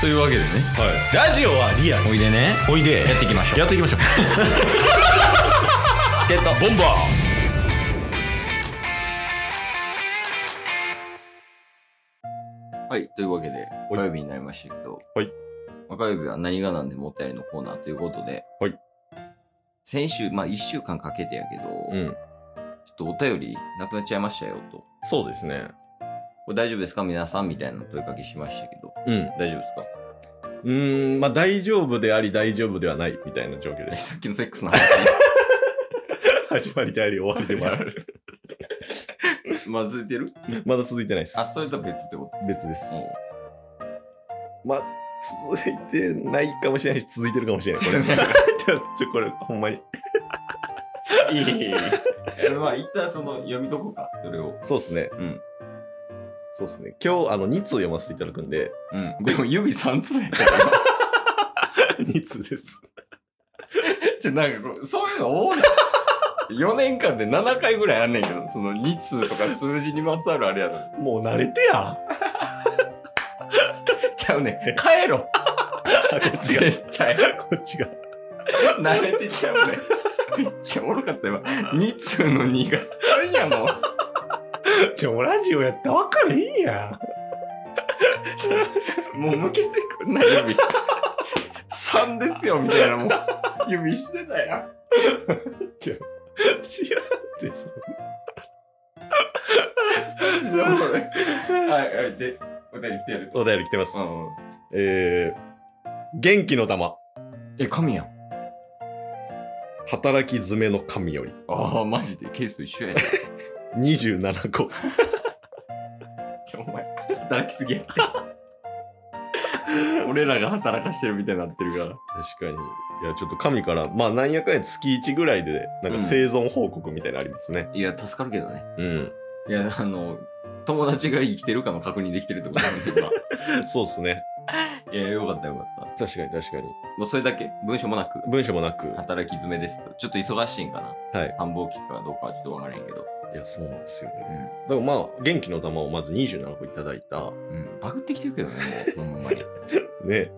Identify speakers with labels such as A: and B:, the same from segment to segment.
A: というわけでね
B: ラジオはリアル
A: おいでね
B: おいで
A: やっていきましょう
B: やってい きましょう
A: チケットボンバーはい、というわけで、火曜日になりましたけど、
B: はい
A: まあ。火曜日は何がなんでもったよりのコーナーということで、
B: はい。
A: 先週、まあ1週間かけてやけど、
B: うん
A: ちょっとお便りなくなっちゃいましたよと。
B: そうですね
A: これ大丈夫ですか皆さんみたいな問いかけしましたけど、
B: うん
A: 大丈夫ですか
B: うーんまあ大丈夫であり大丈夫ではないみたいな状況
A: え
B: です
A: さっきのセックスの話
B: 始まりであり終わりでもある
A: まずいてる
B: まだ続いてないです
A: あ、それとは別ってこと
B: 別ですまあ続いてないかもしれないし続いてるかもしれ ないこれちょっとこれほんまに
A: いいいいまあ一旦その読みとこうかそれを
B: そうっすね
A: うん
B: そうっすね今日あの2通読ませていただくん で
A: うんでも指3つやから
B: 2通です
A: ちょなんかこうそういうの多い4年間で7回ぐらいあんねんけどその日数とか数字にまつわるあれやろ
B: もう慣れてや
A: ちゃうねん帰ろ
B: こっ ちが
A: 絶対
B: こっちが
A: 慣れてちゃうねんめっちゃおもろかった今日数の2がすごいやもん
B: ちょもうラジオやったら分からへんや
A: もう向けてくんない指3ですよみたいなもう指してたやん
B: 知らんってそ
A: マジでおもろいはいはいでお便り来てる
B: お便り来てます、
A: うん
B: えー、元気の玉
A: え神やん
B: 働き詰めの神より
A: ああマジでケースと一緒やん
B: 27個
A: お前働きすぎやって 俺らが働かしてるみたいになってるから
B: 確かに。いや、ちょっと神から、まあ、なんやかんや月1ぐらいで、なん
A: うん
B: か生存報告みたいなのありますね。
A: いや助かるけどね
B: うん。
A: いやあの友達が生きてるかの確認できてるってことなんだ け
B: そうっすね。
A: どいやよかったよかった
B: 確かに確かに。
A: もうそれだけ文章もなく
B: 文章もなく。は
A: 働き詰めですとちょっと忙しいんかな
B: はい。
A: 繁忙期かどうかはちょっとわからへんけど
B: いや、そうなんですよね。
A: う
B: だからまあ、元気の玉をまず27個いただいた。
A: ん、うん、バグってきてるけどねもうほんまに
B: ね。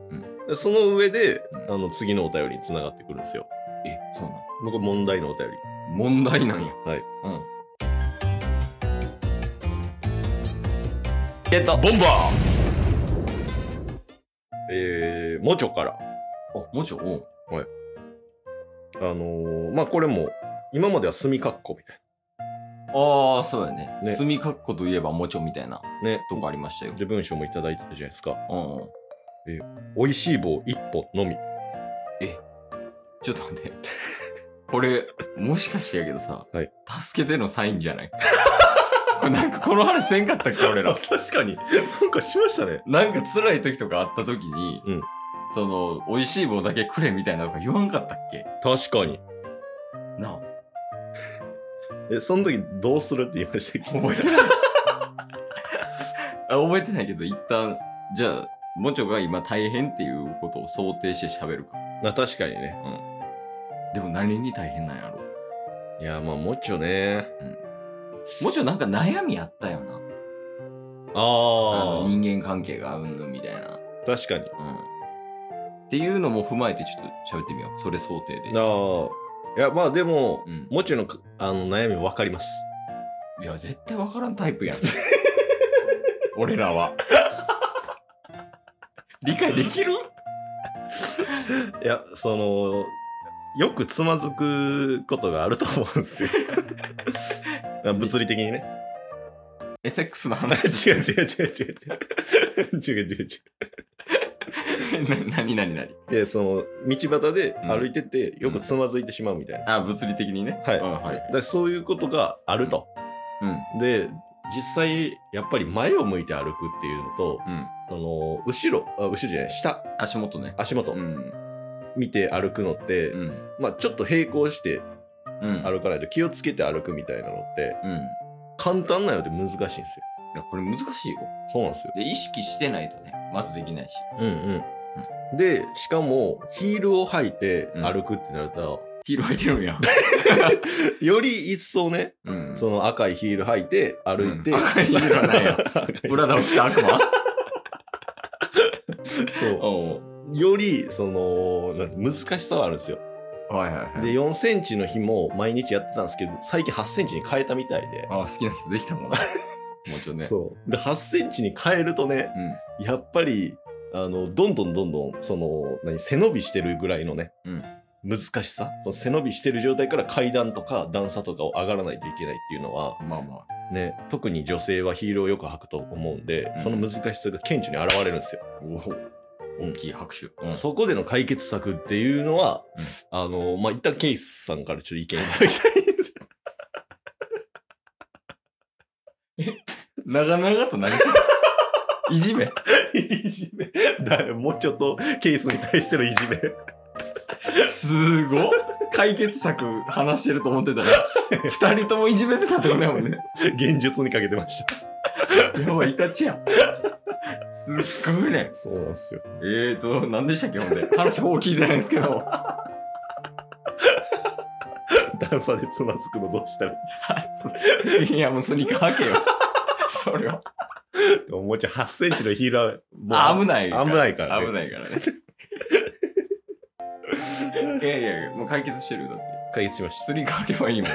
B: その上で、
A: うん
B: あの、次のお便りに繋がってくるんですよ。
A: えそうなの
B: 僕、問題のお便り。
A: 問題なんや
B: はい
A: うんゲット
B: ボンバーえー、もちょから。
A: あもちろんうん
B: あのー、まあ、これも、今までは墨括弧みたい
A: ああ、そうだね。
B: ね
A: 墨括弧といえばもちょみたいな
B: な。ね。
A: とこありましたよ。
B: で、文章もいただいてたじゃないですか。
A: うんうん。
B: 美味しい棒一本のみ。
A: ちょっと待って。 これ、もしかしてやけどさ、
B: はい
A: 助けてのサインじゃない これなんかこの話せんかったっけ俺ら。
B: 確かに。なんかしましたね。
A: なんか辛い時とかあった時に、
B: うん
A: その、美味しい棒だけくれみたいなとか言わんかったっけ
B: 確かに。
A: なあ。
B: え、その時どうするって言いましたっけ
A: 覚えてないあ 覚えてないけど、一旦、じゃあ、もちょが今大変っていうことを想定して喋るか。
B: あ確かにね。
A: でも何に大変なんやろう
B: いや、まあ、もちろね。
A: もちろんなんか悩みあったよな。あ
B: あ
A: の人間関係がうんぬんみたいな、
B: あ、確かに。
A: うん。っていうのも踏まえてちょっと喋ってみよう。それ想定で。
B: ああ。いや、まあでも、
A: うん、
B: もちろんあの悩みわかります。
A: いや、絶対わからんタイプやん。 俺らは。理解で きる
B: いや、その、よくつまずくことがあると思うん ですよ。あ物理的にね。
A: え、セックスの話。
B: 違う違う違う違う違う。違う違う違う。
A: な、 なになになに
B: で、その、道端で
A: うん
B: 歩いてて、よくつまずいてしまうみたいな。
A: あ、物理的にね。
B: はい。
A: うん、は
B: だ
A: い。
B: からそういうことがあると。
A: うん。
B: で、実際、やっぱり前を向いて歩くっていうのと、
A: うん。
B: その、後ろ、あ後ろじゃない、下、
A: 足元ね。
B: 足元
A: うん。
B: 見て歩くのって、
A: うん。
B: まあちょっと並行して
A: うん。
B: 歩かないと気をつけて歩くみたいなのって、
A: うん。い
B: 簡単なようで難しいんですよ。
A: や、これ難しいよ。
B: そうなんですよ。
A: で、意識してないとね、まずできないし。
B: うんうん。で、しかも、ヒールを履いて歩くってなると、
A: ヒール履いてるんや。
B: より一層ね、
A: うん
B: その赤いヒール履いて歩いて、
A: うん赤いヒールはないよ
B: 赤い
A: ブラダを着た悪魔
B: そう
A: おう
B: よりそのなんて難しさはあるんですよ
A: はいはいはい。
B: で4センチの日も毎日やってたんですけど最近8センチに変えたみたいで
A: ああ、好きな人できた もんね。もうちょいね。
B: そうで8センチに変えるとね
A: う
B: やっぱりあのどんどんどんどんその何背伸びしてるぐらいのね、
A: うん
B: 難しさその背伸びしてる状態から階段とか段差とかを上がらないといけないっていうのは
A: ん。まあま
B: ね特に女性はヒールをよく履くと思うんで、
A: うん
B: その難しさが顕著に現れるんですよ。
A: あ。おお。大きい拍手。うん
B: そこでの解決策っていうのは、
A: うん
B: あの、まあ、一旦ケイスさんからちょっと意見いただきたいんです。
A: 長々と何してたいじめ。
B: いじめ。だもうちょっとケイスに対してのいじめ。
A: すごっ解決策話してると思ってたら、 二人ともいじめてたってことだもんね。
B: 現実にかけてました。
A: やばい、イタチやん。すっごいね。
B: そうなんですよ。
A: えーと、何でしたっけ、ほんで。話ほぼ聞いてないんですけ ど。
B: 段差でつまずくのどうしたらい
A: いや、もうスニーカー履けよ。それは。
B: いでももうちょい8センチのヒールはもう
A: 危ないから。
B: 危ないからね
A: 危ない からね。いやいやいや、もう解決してるよ。だって。
B: 解決しまし
A: スニーカー履けばいい もん。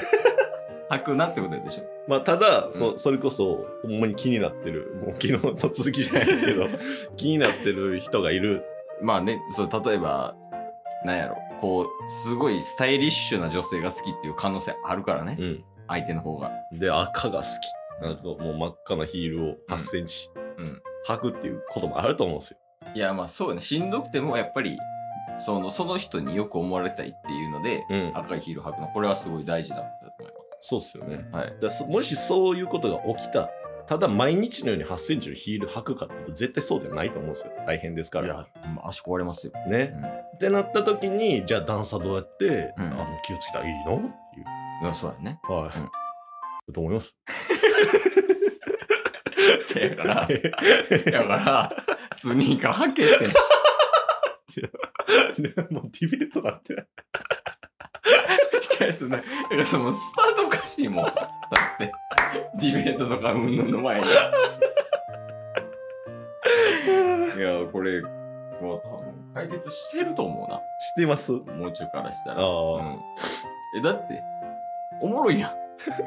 A: 履くなってことでしょ。
B: まあ、ただ、
A: う
B: そそれこそほんまに気になってるもう昨日の続きじゃないです けど気になってる人がいる
A: まあね、そう、例えば、なんやろ。こう、すごいスタイリッシュな女性が好きっていう可能性あるからね。
B: うん、
A: 相手の方が。
B: で赤が好きなんかもう真っ赤なヒールを8センチ、
A: うん
B: 履くっていうこともあると思うんですよ。
A: いや、まあそうね。しんどくても、やっぱり、その、その人によく思われたいっていうので、
B: うん、
A: 赤いヒール履くの、これはすごい大事だったと思い
B: そうっすよね。
A: ます。はい。
B: だそもしそういうことが起きたただ毎日のように8センチのヒール履くかっていうと絶対そうではないと思うんですよ大変ですか
A: い
B: ら
A: や、まあ足壊れますよ。
B: ね、ってなった時にじゃあ段差どうやって、
A: うん
B: あの気をつけたらいいのっていう
A: いや、そうや ね。
B: はい、
A: うん
B: どう思います
A: ちゃうから だから、スニーカー履けって。
B: もうディベートなってない。
A: ちゃうそんな、だからそのスタートおかしいもん。だって、ディベートとかうんぬんの前に。いや、これ、もう多分解決してると思う
B: してます
A: な。もう中からした
B: あ
A: ら。う
B: あ、
A: ん。え、だって、おもろいやん。
B: 確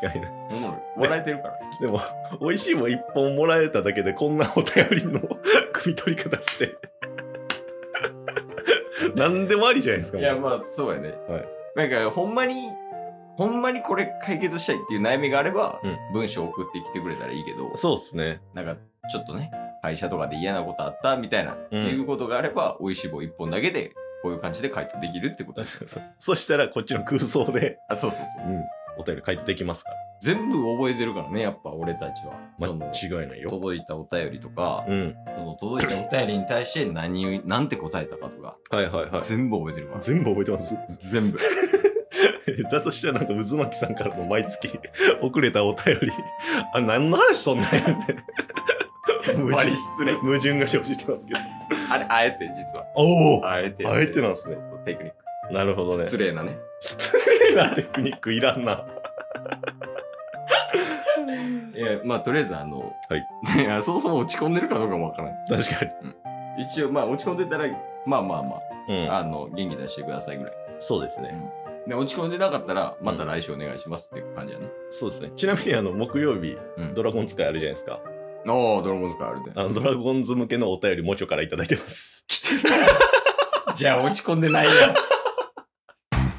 B: かにね。
A: おもろい。笑えてる から。
B: でも、美味しいもん一本もらえただけで、こんなお便りの 組み取り方 して。なんでもありじゃないですか。
A: いや、
B: もう
A: まあ、そうやね。。
B: はい
A: なんか、ほんまに、ほんまにこれ解決したいっていう悩みがあれば、
B: うん
A: 文章送ってきてくれたらいいけど、
B: そうっすね。
A: なんか、ちょっとね、会社とかで嫌なことあったみたいな、
B: うん
A: いうことがあれば、美味しい棒一本だけで、こういう感じで回答できるってことです。
B: そそしたら、こっちの空想で、
A: あ、そうそうそう。
B: お便り書いてできますから。
A: 全部覚えてるからね、やっぱ俺たちは。その、
B: 間違いないよ。
A: 届いたお便りとか、
B: うん。
A: その届いたお便りに対して何を、なんて答えたかとか、
B: はいはいはい。
A: 全部覚えてるから。
B: 全部覚えてます
A: 全部。
B: だとしたらなんか渦巻さんからの毎月 遅れたお便りあ何の話そんなんやって矛
A: バ
B: 盾
A: リ失礼。
B: 矛盾が生じてますけど
A: あれ、あえて実は。
B: お
A: あえて。
B: あえてなんすね
A: そうそう。テクニック。
B: おなるほどね
A: 失礼なね。
B: 失礼なテクニックいらんな
A: えまあ、とりあえず、あの、
B: はい
A: いや。そもそも落ち込んでるかどうかもわからな
B: 確か
A: い。一応、まあ、落ち込んでたら、まあまあま
B: に、う
A: あ、あ
B: ん、
A: の、元気出してくださいぐらい。
B: そうですね
A: で、落ち込んでなかったら、また来週お願いしますっていう感じやね。
B: そうですねちなみにあの木曜日
A: うん。
B: ドラゴン使いあるじゃないですか
A: おー、ドラゴンズかあるで
B: あ。のドラゴンズ向けのお便りもちょからいただいてます
A: 来てるじゃあ、落ち込んでないや。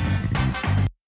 C: す